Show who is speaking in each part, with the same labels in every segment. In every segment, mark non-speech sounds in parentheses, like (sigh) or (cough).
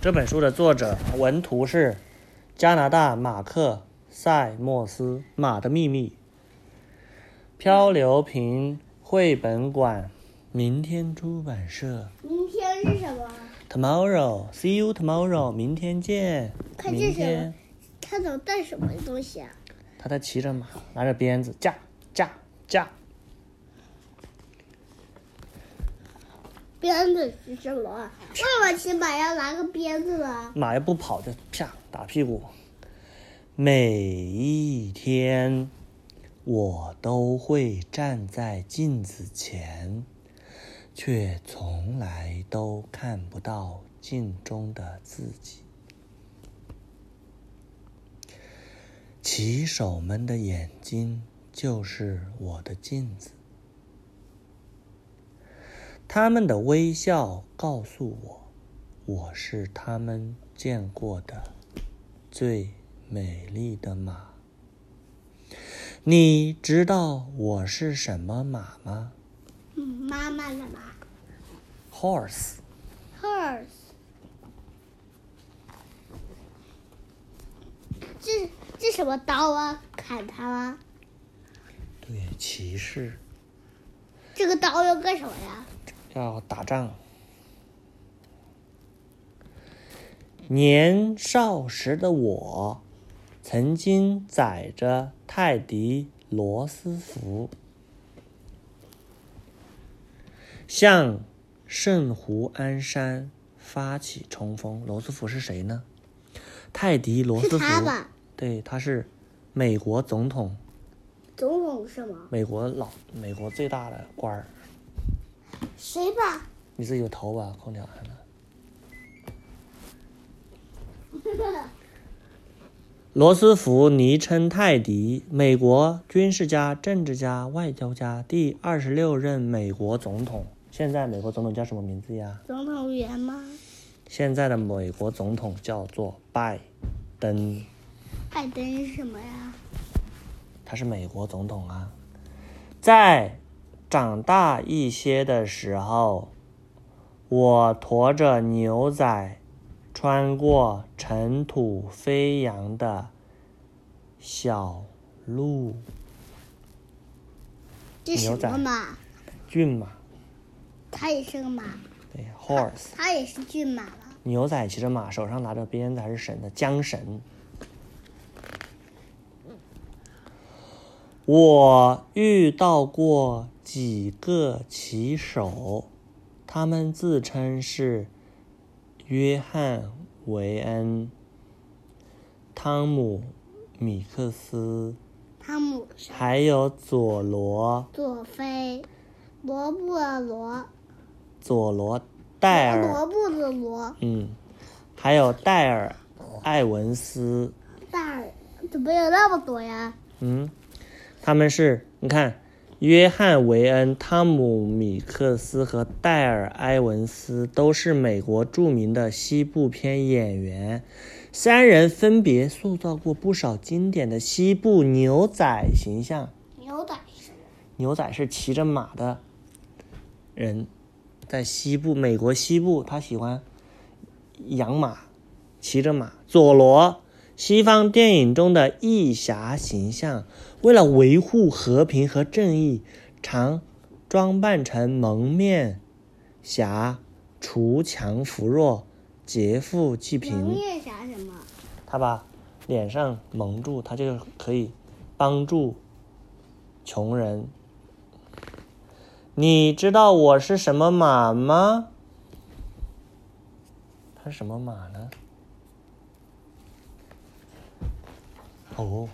Speaker 1: 这本书的作者文图是加拿大马克·塞莫斯，《马的秘密》。漂流瓶绘本馆，明天出版社。
Speaker 2: 明天是什么？
Speaker 1: Tomorrow，see you tomorrow，明天见。
Speaker 2: 看这
Speaker 1: 明
Speaker 2: 是什
Speaker 1: 天
Speaker 2: 么，他能带什么东西啊？
Speaker 1: 他在骑着马，拿着鞭子，架架架。
Speaker 2: 鞭子是什么啊？为什么骑马要拿个鞭子啊呢？
Speaker 1: 马要不跑就啪打屁股。每一天，我都会站在镜子前，却从来都看不到镜中的自己。骑手们的眼睛就是我的镜子，他们的微笑告诉我。我是他们见过的最美丽的马。你知道我是什么马吗
Speaker 2: 嗯，妈妈的马
Speaker 1: ？Horse。
Speaker 2: ，hers。这这什么刀啊？砍它吗？
Speaker 1: 对，骑士
Speaker 2: 这个刀要干什么呀？
Speaker 1: 要打仗。年少时的我，曾经载着泰迪罗斯福，向圣胡安山发起冲锋。罗斯福是谁呢？泰迪罗斯福，
Speaker 2: 是他吧？
Speaker 1: 对，他是美国总统，
Speaker 2: 总统是吗？
Speaker 1: 美国老美国最大的官儿。
Speaker 2: 谁吧？
Speaker 1: 你自己有头吧，空调开了。罗斯福昵称泰迪，美国军事家、政治家、外交家，第二十六任美国总统。现在美国总统叫什么名字呀？
Speaker 2: (laughs) 总统员吗？
Speaker 1: 现在的美国总统叫做拜登，
Speaker 2: 拜登是什么呀？
Speaker 1: 他是美国总统啊。在长大一些的时候，我驮着牛仔，穿过尘土飞扬的小路。
Speaker 2: 这什
Speaker 1: 牛仔
Speaker 2: 么马？
Speaker 1: 骏马，
Speaker 2: 他也是个马，
Speaker 1: 对，horse，
Speaker 2: 他也是骏马吗？
Speaker 1: 牛仔骑着马，手上拿着鞭子还是绳子，缰绳。我遇到过几个骑手，他们自称是约翰·维恩、汤姆·米克斯，
Speaker 2: 汤姆是
Speaker 1: 还有佐罗
Speaker 2: 佐菲，罗布的罗，
Speaker 1: 佐罗戴尔。
Speaker 2: 罗布的罗，
Speaker 1: 嗯，还有戴尔·艾文斯，
Speaker 2: 大耳怎么有那么多呀？
Speaker 1: 嗯，他们是，你看，约翰·维恩、汤姆·米克斯和戴尔·埃文斯都是美国著名的西部片演员，三人分别塑造过不少经典的西部牛仔形象。
Speaker 2: 牛仔是吗
Speaker 1: 牛仔是骑着马的人，在西部美国西部，他喜欢养马，骑着马。佐罗，西方电影中的义侠形象，为了维护和平和正义，常装扮成蒙面侠，锄强扶弱，劫富济
Speaker 2: 蒙
Speaker 1: 贫。
Speaker 2: 面侠什么？
Speaker 1: 他把脸上蒙住，他就可以帮助穷人。你知道我是什么马吗？他是什么马呢？哦，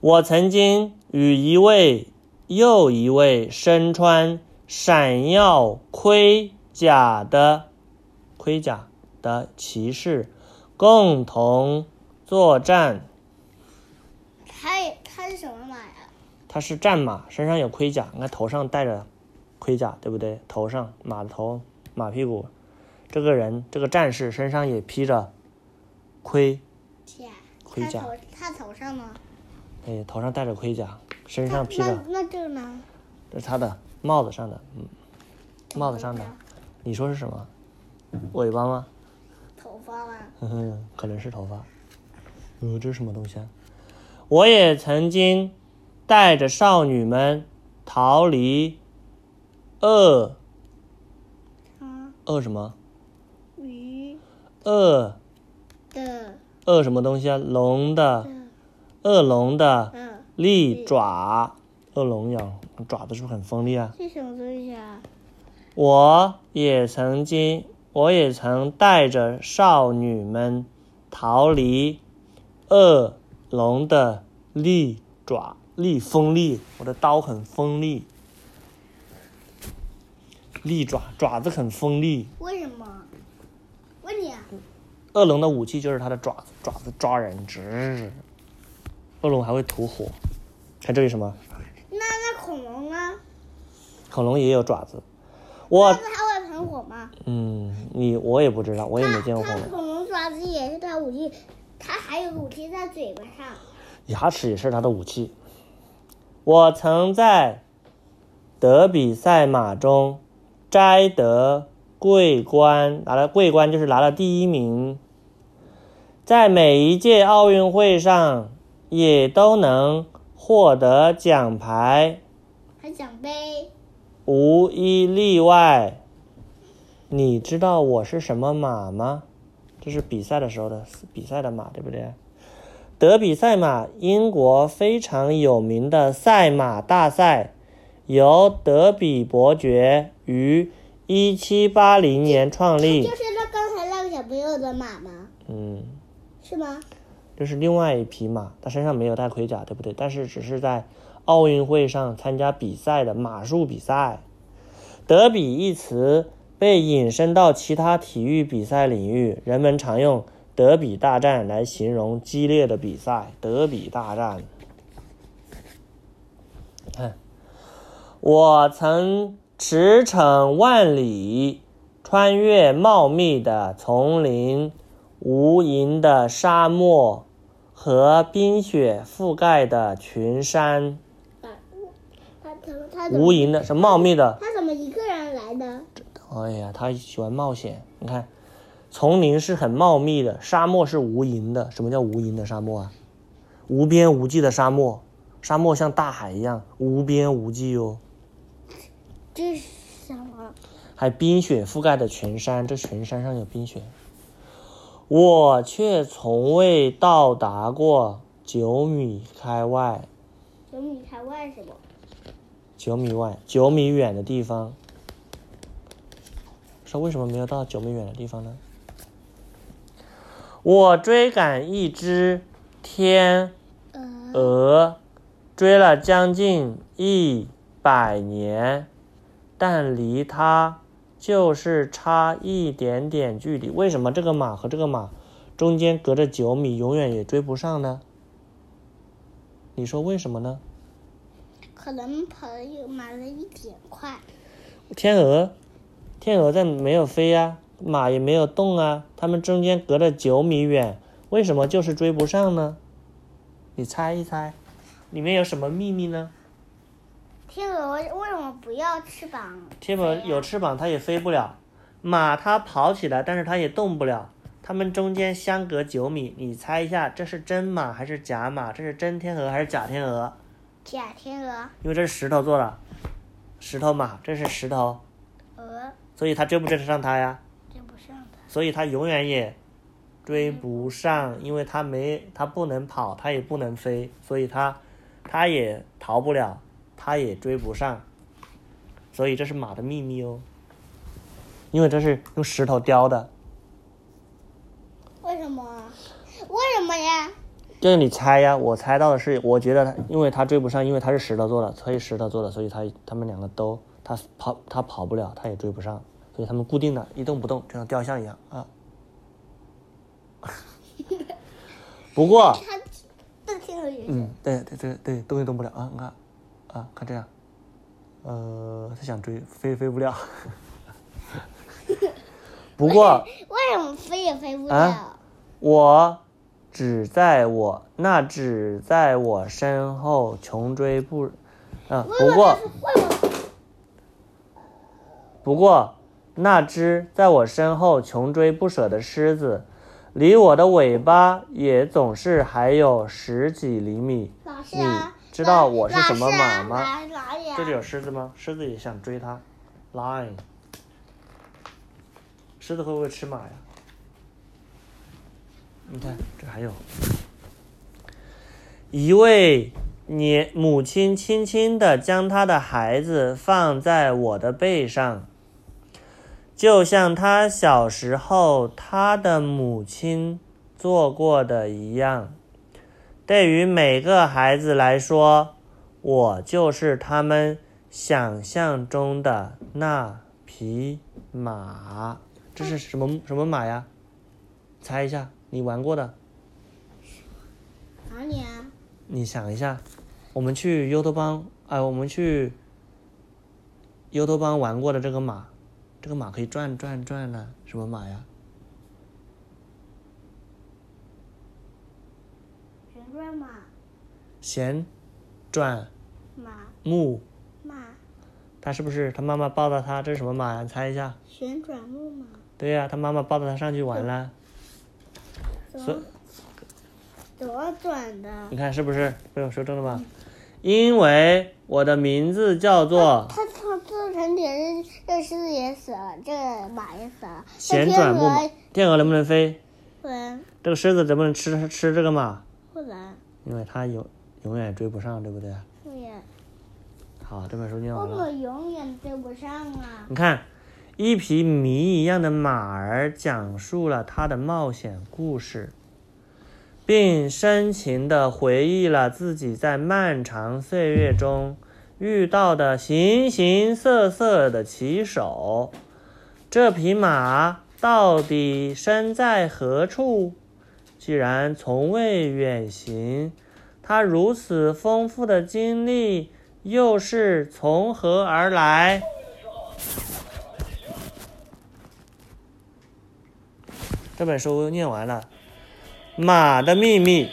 Speaker 1: 我曾经与一位又一位身穿闪耀盔甲的盔甲的骑士共同作战。
Speaker 2: 他也他是什么马呀？
Speaker 1: 他是战马，身上有盔甲，你看头上戴着盔甲，对不对？头上马的头，马屁股。这个人，这个战士身上也披着盔，
Speaker 2: 天啊，
Speaker 1: 盔
Speaker 2: 他
Speaker 1: 甲
Speaker 2: 头他头上呢？
Speaker 1: 哎，头上戴着盔甲，身
Speaker 2: 那
Speaker 1: 上披着
Speaker 2: 那那这个呢？
Speaker 1: 这是他的帽子上的，嗯，帽子上的。你说是什么？尾巴吗？
Speaker 2: 头发吗？
Speaker 1: 哼哼， (laughs) 可能是头发。嗯，这是什么东西啊？我也曾经带着少女们逃离恶
Speaker 2: 啊，
Speaker 1: 恶什么
Speaker 2: 鱼
Speaker 1: 恶
Speaker 2: 的嗯
Speaker 1: 恶什么东西啊？龙的
Speaker 2: 的
Speaker 1: 恶龙的
Speaker 2: 嗯，
Speaker 1: 利爪，恶龙咬爪子是不是很锋利啊？
Speaker 2: 这什么东西啊？
Speaker 1: 我也曾经，我也曾带着少女们逃离恶龙的利爪，利锋利，我的刀很锋利，利爪爪子很锋利。
Speaker 2: 为什么？问你啊，
Speaker 1: 恶龙的武器就是它的爪子，爪子抓人，直。恶龙还会吐火，看这里什么？
Speaker 2: 那那恐龙呢？
Speaker 1: 恐龙也有爪子。我
Speaker 2: 那它会喷火吗？
Speaker 1: 嗯，你我也不知道，我也没见过恐
Speaker 2: 它
Speaker 1: 龙。
Speaker 2: 恐龙爪子也是它武器，它还有武器在嘴巴上。
Speaker 1: 牙齿也是他的武器。我曾在德比赛马中摘得桂冠，拿了桂冠就是拿了第一名，在每一届奥运会上也都能获得奖牌，
Speaker 2: 还奖杯，
Speaker 1: 无一例外。你知道我是什么马吗？这是比赛的时候的比赛的马，对不对？德比赛马，英国非常有名的赛马大赛，由德比伯爵于一七八零年创立
Speaker 2: 就。是那刚才那个小朋友的马吗？
Speaker 1: 嗯，
Speaker 2: 是吗？
Speaker 1: 这是另外一匹马，它身上没有带盔甲，对不对？但是只是在奥运会上参加比赛的马术比赛。德比一词被引申到其他体育比赛领域，人们常用德比大战来形容激烈的比赛。德比大战，看，我曾驰骋万里，穿越茂密的丛林。无垠的沙漠和冰雪覆盖的群山，
Speaker 2: 把他怎么他怎
Speaker 1: 无
Speaker 2: 么
Speaker 1: 垠的是茂密的。
Speaker 2: 他怎么一个人来的？
Speaker 1: 哎呀，他喜欢冒险。你看，丛林是很茂密的，沙漠是无垠的。什么叫无垠的沙漠啊？无边无际的沙漠，沙漠像大海一样无边无际哦。
Speaker 2: 这是什么？
Speaker 1: 还冰雪覆盖的群山，这群山上有冰雪。我却从未到达过九米开外。
Speaker 2: 有米开外什么？
Speaker 1: 九米外、九米远的地方。说为什么没有到九米远的地方呢？我追赶一只天
Speaker 2: 呃，
Speaker 1: 鹅，追了将近一百年，但离它就是差一点点距离。为什么这个马和这个马中间隔着九米，永远也追不上呢？你说为什么呢？
Speaker 2: 可能跑的又马的一点快，
Speaker 1: 天鹅，天鹅在没有飞呀、马也没有动啊，它们中间隔着九米远，为什么就是追不上呢？你猜一猜，里面有什么秘密呢？
Speaker 2: 天鹅为什么不要翅膀？
Speaker 1: 天鹅有翅膀，它也飞不了；马它跑起来，但是它也动不了。它们中间相隔九米，你猜一下，这是真马还是假马？这是真天鹅还是假天鹅？
Speaker 2: 假天鹅，
Speaker 1: 因为这是石头做的，石头马，这是石头，
Speaker 2: 鹅
Speaker 1: 所以它追不追得上它呀？
Speaker 2: 追不上它。
Speaker 1: 所以他永远也追不上，因为他没他不能跑，他也不能飞，所以他他也逃不了，他也追不上，所以这是马的秘密哦。因为这是用石头雕的，
Speaker 2: 为什么？为什么呀？
Speaker 1: 这个你猜呀？我猜到的是，我觉得他，因为他追不上，因为他是石头做的，所以石头做的，所以他他们两个都他跑他跑不了，他也追不上，所以他们固定的一动不动，就像雕像一样啊。 (laughs) 不过，
Speaker 2: 它这天鹅也是。
Speaker 1: 嗯，对对对对，动也动不了啊！你看，啊，看这样，呃，他想追，飞飞不了。 (laughs) 不过，
Speaker 2: 为什么飞也飞不了？
Speaker 1: 啊我只在我那只在我身后穷追不，啊，不
Speaker 2: 为什么
Speaker 1: 过
Speaker 2: 它是？为什么？
Speaker 1: 不过，那只在我身后穷追不舍的狮子，离我的尾巴也总是还有十几厘米。
Speaker 2: 老师
Speaker 1: 你
Speaker 2: 啊，
Speaker 1: 知道
Speaker 2: 老
Speaker 1: 我是什么马吗？
Speaker 2: 老师啊来哪里啊？
Speaker 1: 这里有狮子吗？狮子也想追它。Lion。狮子会不会吃马呀？你看，这还有一位年母亲轻轻地将她的孩子放在我的背上，就像她小时候她的母亲做过的一样。对于每个孩子来说，我就是他们想象中的那匹马。这是什么什么马呀？猜一下，你玩过的，
Speaker 2: 哪里啊？
Speaker 1: 你想一下。我们去优托邦，哎、我们去优托邦玩过的这个马，这个马可以转转转呢、什么马呀？
Speaker 2: 旋转马
Speaker 1: 旋转
Speaker 2: 马
Speaker 1: 木，
Speaker 2: 马
Speaker 1: 它是不是他妈妈抱着它？这是什么马呀？你猜一下。
Speaker 2: 旋转木马，
Speaker 1: 对呀、他妈妈抱着它上去玩了。所
Speaker 2: 左左转的。
Speaker 1: 你看是不是被我说中了吧？因为我的名字叫做
Speaker 2: 他从自成点这这狮子也死了，这个马也死了，这
Speaker 1: 旋转木马
Speaker 2: 天鹅。
Speaker 1: 天鹅能不能飞？
Speaker 2: 不能
Speaker 1: 这个狮子能不能吃吃这个马？
Speaker 2: 不能，
Speaker 1: 因为它永永远追不上，对不对？
Speaker 2: 不远，
Speaker 1: 好，这本书念
Speaker 2: 我
Speaker 1: 完了。
Speaker 2: 们永远追不上啊！
Speaker 1: 你看，一匹谜一样的马儿讲述了他的冒险故事，并深情地回忆了自己在漫长岁月中遇到的形形色色的骑手。这匹马到底身在何处？既然从未远行，它如此丰富的经历又是从何而来？这本书念完了，《马的秘密》